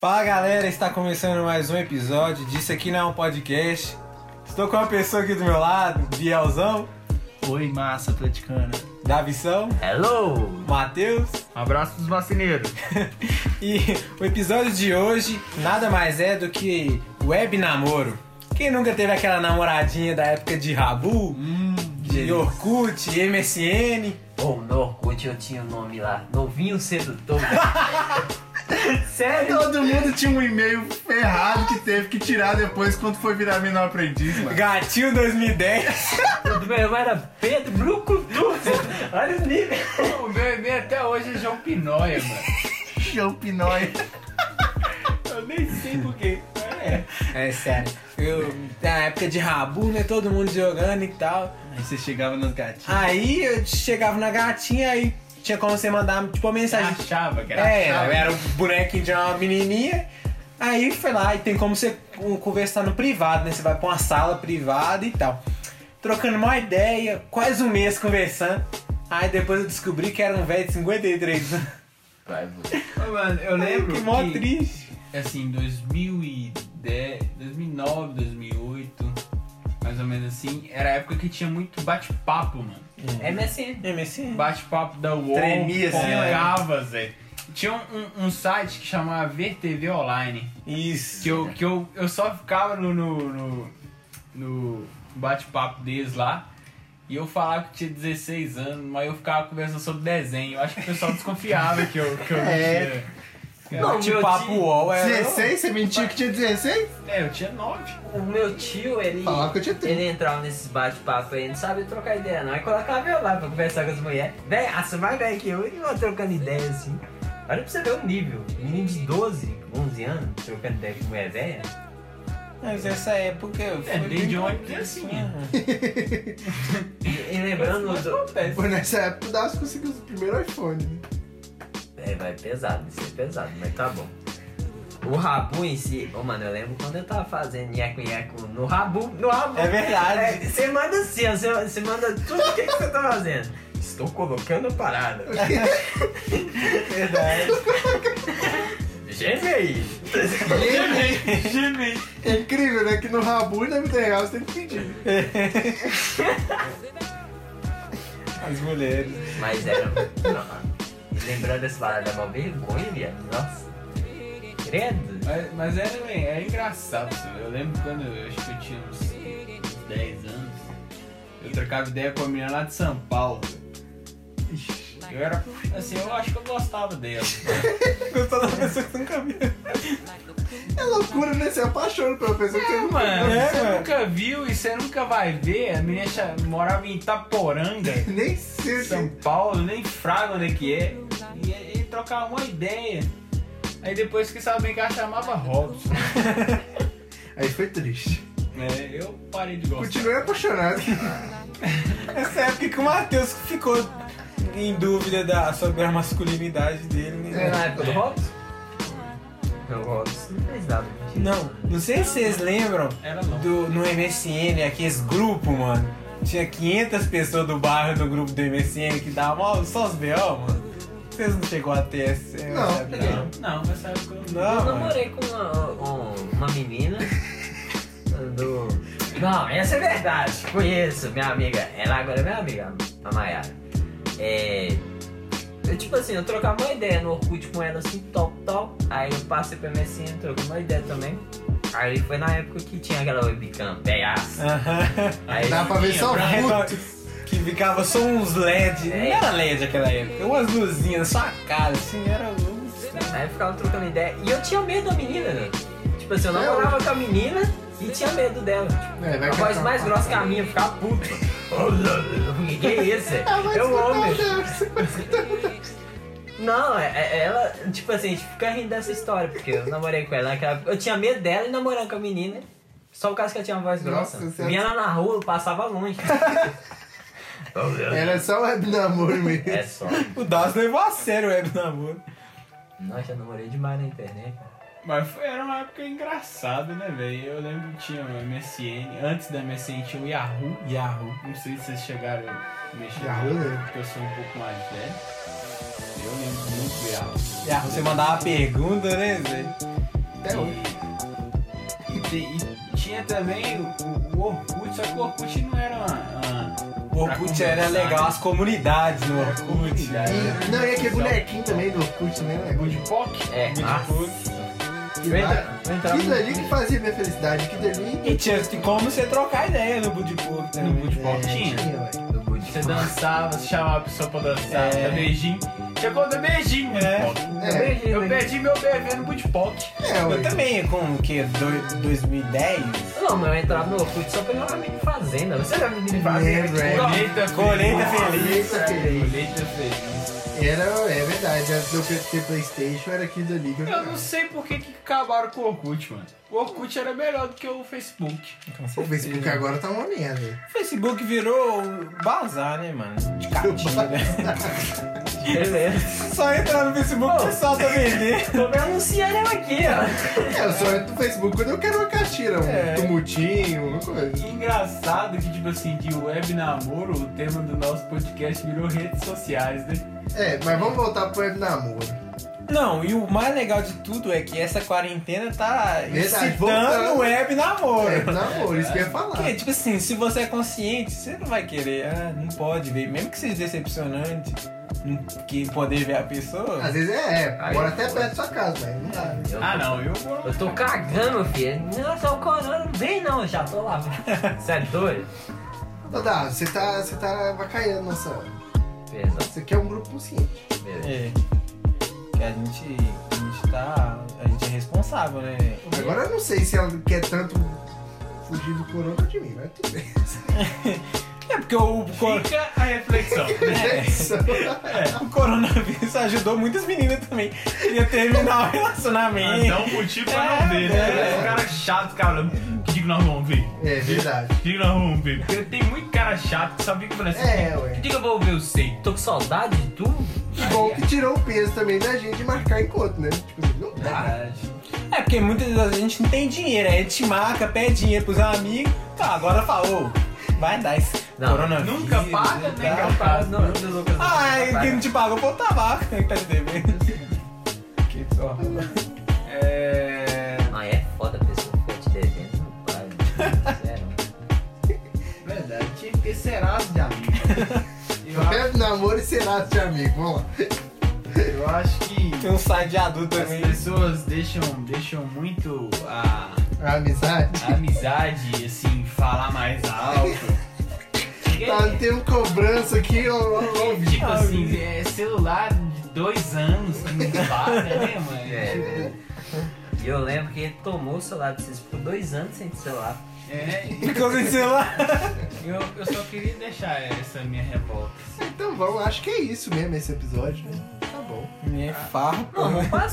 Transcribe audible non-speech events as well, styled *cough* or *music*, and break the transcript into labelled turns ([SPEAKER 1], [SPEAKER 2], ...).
[SPEAKER 1] Fala galera, está começando mais um episódio disso aqui não é um podcast. Estou com uma pessoa aqui do meu lado, Bielzão,
[SPEAKER 2] Oi, massa atleticana.
[SPEAKER 1] Davição,
[SPEAKER 3] Hello!
[SPEAKER 1] Matheus. *laughs*
[SPEAKER 3] Um abraço dos vacineiros.
[SPEAKER 1] E o episódio de hoje nada mais é do que web namoro. Quem nunca teve aquela namoradinha da época de Rabu, de Orkut, MSN?
[SPEAKER 3] Bom, no Orkut eu tinha o nome lá, novinho sedutor. Sério?
[SPEAKER 2] *laughs* Todo mundo tinha um e-mail ferrado que teve que tirar depois quando foi virar menor aprendiz, mano.
[SPEAKER 1] Gatinho 2010.
[SPEAKER 3] O meu era Pedro Brucutu. Olha os níveis.
[SPEAKER 4] O meu e-mail até hoje é João Pinóia, mano.
[SPEAKER 2] Chão pinói.
[SPEAKER 4] Eu nem sei porquê.
[SPEAKER 1] É sério. Eu, na época de Rabu, né? Todo mundo jogando e tal.
[SPEAKER 2] Aí você chegava nos gatinhos.
[SPEAKER 1] Aí eu chegava na gatinha aí tinha como você mandar tipo uma mensagem.
[SPEAKER 4] Achava que era.
[SPEAKER 1] É,
[SPEAKER 4] achava.
[SPEAKER 1] era um bonequinho de uma menininha. Aí foi lá e tem como você um, conversar no privado, né? Você vai pra uma sala privada e tal. Trocando uma ideia, quase um mês conversando. Aí depois eu descobri que era um velho de 53 anos.
[SPEAKER 4] Ô, Mano, *laughs* eu lembro
[SPEAKER 1] Que
[SPEAKER 4] que,
[SPEAKER 1] mó triste.
[SPEAKER 4] assim, 2010, 2009, 2008, mais ou menos assim, era a época que tinha muito bate-papo, mano.
[SPEAKER 3] MSN.
[SPEAKER 1] MSN.
[SPEAKER 4] Bate-papo da UOL,
[SPEAKER 2] Hum. Tremia, assim, né?
[SPEAKER 4] pongava, Zé. Tinha um, um- um site que chamava VTV Online,
[SPEAKER 1] Isso.
[SPEAKER 4] que eu, que eu, eu só ficava no, no, no, no bate-papo deles lá. E eu falava que tinha 16 anos, mas eu ficava conversando sobre desenho. Eu acho que o pessoal desconfiava que eu, que eu não
[SPEAKER 2] *laughs* É.
[SPEAKER 4] tinha.
[SPEAKER 3] Não,
[SPEAKER 1] Tipo
[SPEAKER 3] meu
[SPEAKER 1] papo
[SPEAKER 3] tio,
[SPEAKER 1] UOL era.
[SPEAKER 2] 16? Você mentiu que tinha 16?
[SPEAKER 4] É, eu tinha 9.
[SPEAKER 3] o meu tio, ele,
[SPEAKER 2] Falava que eu tinha trinta.
[SPEAKER 3] ele entrava nesses bate-papo aí, não sabia trocar ideia não. Aí colocava eu lá pra conversar com as mulheres. Véi, a sua mais velha que eu, e eu trocando ideia assim. Olha pra você ver o nível. Menino de 12, 11 anos, trocando ideia com mulher velha.
[SPEAKER 1] Mas essa época.
[SPEAKER 4] É, desde ontem é assim,
[SPEAKER 2] né?
[SPEAKER 4] é.
[SPEAKER 3] E, e lembrando... do-
[SPEAKER 2] Foi nessa época que o Davi conseguiu o primeiro iPhone, né?
[SPEAKER 3] É, vai pesado, isso é pesado, mas tá bom. O Rabu em si, ô mano, eu lembro quando eu tava fazendo nheco nheco no Rabu, no Rabu.
[SPEAKER 1] É verdade.
[SPEAKER 3] É, Você manda assim, ó, você, você manda tudo o que, que você tá fazendo. Estou colocando parada.
[SPEAKER 1] Verdade.
[SPEAKER 3] Gemei.
[SPEAKER 4] Gemei.
[SPEAKER 2] É incrível, né? Que no Rabu e na vida real você tem que pedir.
[SPEAKER 1] *laughs* As mulheres.
[SPEAKER 3] Mas era. Não, lembrando essa parada, é uma vergonha, viado. Nossa. Credo.
[SPEAKER 4] Mas, mas era, bem- era engraçado, sabe? Eu lembro quando eu acho que eu tinha uns, uns 10 anos, eu trocava ideia com a menina lá de São Paulo. Ixi, Eu era. Assim, eu acho que eu gostava *laughs* dela.
[SPEAKER 1] Gostou da pessoa que você nunca viu.
[SPEAKER 2] É loucura, né? Você apaixona pela pessoa que você não
[SPEAKER 4] Mano,
[SPEAKER 1] É,
[SPEAKER 4] você
[SPEAKER 1] mano.
[SPEAKER 4] nunca viu e você nunca vai ver. A menina cha- morava em Itaporanga,
[SPEAKER 2] Nem sei. assim.
[SPEAKER 4] São *laughs*
[SPEAKER 2] se-
[SPEAKER 4] Paulo, nem fraga onde é que é. E, e trocava uma ideia. Aí depois que sabia que ela chamava Robson.
[SPEAKER 2] Aí foi triste.
[SPEAKER 4] É, eu parei de gostar.
[SPEAKER 2] Continuei apaixonado.
[SPEAKER 1] Essa é época que o Matheus ficou em dúvida da, sobre a masculinidade dele,
[SPEAKER 3] Foi
[SPEAKER 1] né?
[SPEAKER 3] na época do Robson? Não, É. Robson não fez nada.
[SPEAKER 1] Não, não sei se vocês lembram
[SPEAKER 4] Era não.
[SPEAKER 1] do, no MSN, aqueles grupos, mano. Tinha 500 pessoas do bairro do grupo do MSN que dava mal, só os B.O., mano. Vocês não chegou a ter essa.
[SPEAKER 2] Não,
[SPEAKER 1] essa-
[SPEAKER 2] peguei.
[SPEAKER 1] não.
[SPEAKER 4] Não, mas sabe que eu não.
[SPEAKER 1] Não,
[SPEAKER 3] Eu
[SPEAKER 1] mano.
[SPEAKER 3] namorei com uma, um- uma menina do. Não, essa é verdade. Conheço minha amiga. Ela agora é minha amiga, a Mayara. É. Eu, tipo assim, eu trocava uma ideia no Orkut com ela assim, top, top. Aí eu passei pra MSN, troquei uma ideia também. Aí foi na época que tinha aquela webcam, velhaça.
[SPEAKER 1] É, Aham.
[SPEAKER 3] Aí
[SPEAKER 2] Dá pra ver
[SPEAKER 3] tinha
[SPEAKER 2] só o
[SPEAKER 3] É pra-
[SPEAKER 1] *laughs* Que ficava só uns LED.
[SPEAKER 3] É.
[SPEAKER 1] Não era LED aquela época, umas luzinhas, só a cara, assim, era luz.
[SPEAKER 3] Aí eu ficava trocando ideia. E eu tinha medo da menina, né? Tipo assim, eu
[SPEAKER 2] É,
[SPEAKER 3] namorava com a menina e tinha medo dela. Tipo,
[SPEAKER 2] É, vai
[SPEAKER 3] a
[SPEAKER 2] que
[SPEAKER 3] voz
[SPEAKER 2] ela-
[SPEAKER 3] mais grossa que a minha, eu ficava puto. que é
[SPEAKER 2] *laughs*
[SPEAKER 3] isso?
[SPEAKER 2] vai
[SPEAKER 3] Eu
[SPEAKER 2] escutar
[SPEAKER 3] homem.
[SPEAKER 2] o Davi, você vai escutar o Davi.
[SPEAKER 3] Não, é- é- ela, tipo assim, a gente fica rindo dessa história, porque eu namorei com ela naquela época. Eu tinha medo dela e namorando com a menina. Só por causa que ela tinha uma voz grossa.
[SPEAKER 2] Nossa, você- é
[SPEAKER 3] Vinha lá na rua, eu passava
[SPEAKER 2] *laughs*
[SPEAKER 3] longe.
[SPEAKER 2] *laughs* Era só web namoro mesmo.
[SPEAKER 3] É só.
[SPEAKER 1] O Dawson levou a sério o web namoro.
[SPEAKER 3] Nossa, eu namorei demais na internet.
[SPEAKER 4] Mas foi, era uma época engraçada, né, velho? Eu lembro que tinha o MSN, antes da MSN tinha o Yahoo.
[SPEAKER 1] Yahoo.
[SPEAKER 4] Não sei se vocês chegaram a mexer
[SPEAKER 2] Yahoo, né?
[SPEAKER 4] porque eu sou um pouco mais velho. Eu lembro muito dela.
[SPEAKER 1] Ah, você mandava uma pergunta, né, Zé?
[SPEAKER 4] Até hoje. E, te- e tinha também o, o Orkut, só que o Orkut não era uma. uma
[SPEAKER 1] O Orkut era legal, as comunidades no Orkut. né?
[SPEAKER 4] Orkut.
[SPEAKER 2] Não, e aquele bonequinho também do Orkut, né? velho?
[SPEAKER 4] Good Pock?
[SPEAKER 3] É,
[SPEAKER 1] ah,
[SPEAKER 3] nossa.
[SPEAKER 2] Que
[SPEAKER 4] Eu
[SPEAKER 2] lá-
[SPEAKER 4] entra- eu
[SPEAKER 3] Então,
[SPEAKER 4] entrava
[SPEAKER 2] Aquilo
[SPEAKER 4] no-
[SPEAKER 2] ali que fazia minha felicidade, aquilo ali.
[SPEAKER 1] E tinha como você trocar ideia no Budipok também.
[SPEAKER 4] No Budipok.
[SPEAKER 2] é,
[SPEAKER 4] tinha.
[SPEAKER 2] velho.
[SPEAKER 3] Do Budi.
[SPEAKER 4] Você dançava, você chamava a pessoa pra dançar,
[SPEAKER 1] É.
[SPEAKER 4] dar beijinho. Chegou do beijinho, né?
[SPEAKER 1] É.
[SPEAKER 4] Budipok.
[SPEAKER 2] É.
[SPEAKER 4] Beijinho, Eu perdi meu bebê no Budipok.
[SPEAKER 2] É,
[SPEAKER 1] Eu
[SPEAKER 2] ué.
[SPEAKER 1] também, com o quê? Doi- 2010?
[SPEAKER 3] Não, mas eu entrava no Orkut só pra jogar Menino Fazenda. Você já viu Menino Fazenda?
[SPEAKER 2] Lembro, é.
[SPEAKER 3] Não.
[SPEAKER 1] Colheita feliz.
[SPEAKER 2] Colheita feliz.
[SPEAKER 4] Colheita feliz.
[SPEAKER 2] Era, é verdade, antes de eu ter Playstation era aquilo ali que eu
[SPEAKER 4] Eu não sei por que, que acabaram com o Orkut, mano. O Orkut era melhor do que o Facebook.
[SPEAKER 1] assim?
[SPEAKER 2] O Facebook agora tá uma merda.
[SPEAKER 1] O Facebook virou um bazar, né, mano? De cartinha, né?
[SPEAKER 3] Beleza.
[SPEAKER 1] *laughs* Só entrar no Facebook tá e solta vender.
[SPEAKER 3] Tô me anunciando eu aqui, ó.
[SPEAKER 2] É, eu só entro no Facebook quando eu quero uma caixinha, um
[SPEAKER 1] É.
[SPEAKER 2] tumultinho, uma
[SPEAKER 4] E
[SPEAKER 2] coisa.
[SPEAKER 4] engraçado que, tipo assim, de web namoro, o tema do nosso podcast virou redes sociais, né?
[SPEAKER 2] É, mas vamos voltar pro web namoro.
[SPEAKER 1] Não, e o mais legal de tudo é que essa quarentena tá
[SPEAKER 2] Verdade,
[SPEAKER 1] excitando
[SPEAKER 2] voltando.
[SPEAKER 1] o web
[SPEAKER 2] Web
[SPEAKER 1] namoro.
[SPEAKER 2] namoro, isso que eu ia falar.
[SPEAKER 1] Porque, tipo assim, se você é consciente, você não vai querer, ah, não pode ver, mesmo que seja decepcionante, não- que poder ver a pessoa.
[SPEAKER 2] Às vezes é, é,
[SPEAKER 3] Aí,
[SPEAKER 2] mora até
[SPEAKER 3] pô.
[SPEAKER 2] perto da sua casa, mas não dá. né?
[SPEAKER 3] Eu
[SPEAKER 4] Ah,
[SPEAKER 3] tô-
[SPEAKER 4] não, eu vou.
[SPEAKER 3] Eu tô cagando, filho. Não, só o corona não vem, não. Já tô lá.
[SPEAKER 2] *laughs*
[SPEAKER 3] Você é doido?
[SPEAKER 2] Não dá, você tá, você tá avacaiando nossa.
[SPEAKER 3] Beleza,
[SPEAKER 2] Você quer um grupo consciente.
[SPEAKER 3] beleza.
[SPEAKER 1] É. Que a gente, a gente tá. A gente é responsável, né?
[SPEAKER 2] Agora eu não sei se é ela quer tanto fugir do corona de mim, mas tudo bem.
[SPEAKER 1] É porque o, cor-
[SPEAKER 4] Fica a reflexão.
[SPEAKER 1] *laughs* É.
[SPEAKER 2] Isso.
[SPEAKER 1] *laughs* o coronavírus ajudou muitas meninas também. Queria terminar o relacionamento.
[SPEAKER 4] Dá um motivo pra não ver, né? Esse cara chato, cara. Que digo nós vamos ver?
[SPEAKER 2] *laughs* É verdade.
[SPEAKER 4] Que digo nós vamos ver? Porque tem muito cara chato que só fica falando assim.
[SPEAKER 2] É,
[SPEAKER 4] Que
[SPEAKER 2] ué.
[SPEAKER 4] digo eu vou ver o sei.
[SPEAKER 3] Tô com saudade de tu?
[SPEAKER 2] Que bom que tirou o peso também da gente de marcar encontro, né? Tipo assim, não
[SPEAKER 4] Ah,
[SPEAKER 2] dá.
[SPEAKER 1] É porque muitas das vezes a gente não tem dinheiro, aí a gente marca, pede dinheiro pros amigos. Tá, agora falou. Vai dar esse
[SPEAKER 3] Não,
[SPEAKER 1] coronavírus.
[SPEAKER 4] Nunca paga,
[SPEAKER 1] e
[SPEAKER 4] né?
[SPEAKER 1] tal.
[SPEAKER 4] capaz.
[SPEAKER 3] Não, não, não, não.
[SPEAKER 1] Ai, quem não te pagou foi o tabaco, né? Que tá te devendo.
[SPEAKER 4] Que só. É.
[SPEAKER 3] Ah, é foda a pessoa que fica te devendo. Não paga. Sério.
[SPEAKER 4] Verdade, tinha que ter cerado
[SPEAKER 3] *laughs*
[SPEAKER 4] de amigo. Eu, acho-
[SPEAKER 2] Web namoro e será de amigo, vamos lá.
[SPEAKER 4] eu acho que
[SPEAKER 1] Tem um site de adulto
[SPEAKER 4] as
[SPEAKER 1] também.
[SPEAKER 4] pessoas deixam, deixam muito a,
[SPEAKER 2] A amizade.
[SPEAKER 4] a amizade, assim, falar mais alto.
[SPEAKER 2] Tá tendo cobrança aqui, ó. ó, ó.
[SPEAKER 4] Tipo assim, é celular de dois anos que não paga, né, mano?
[SPEAKER 3] É, velho. E eu lembro que ele tomou o celular de vocês. Ficou dois anos sem celular.
[SPEAKER 4] É,
[SPEAKER 1] Ficou sem celular.
[SPEAKER 4] eu, eu só queria deixar essa minha revolta.
[SPEAKER 2] Então vamos, acho que é isso mesmo esse episódio, né? Tá bom.
[SPEAKER 1] Me farra,
[SPEAKER 3] Não, vamos passar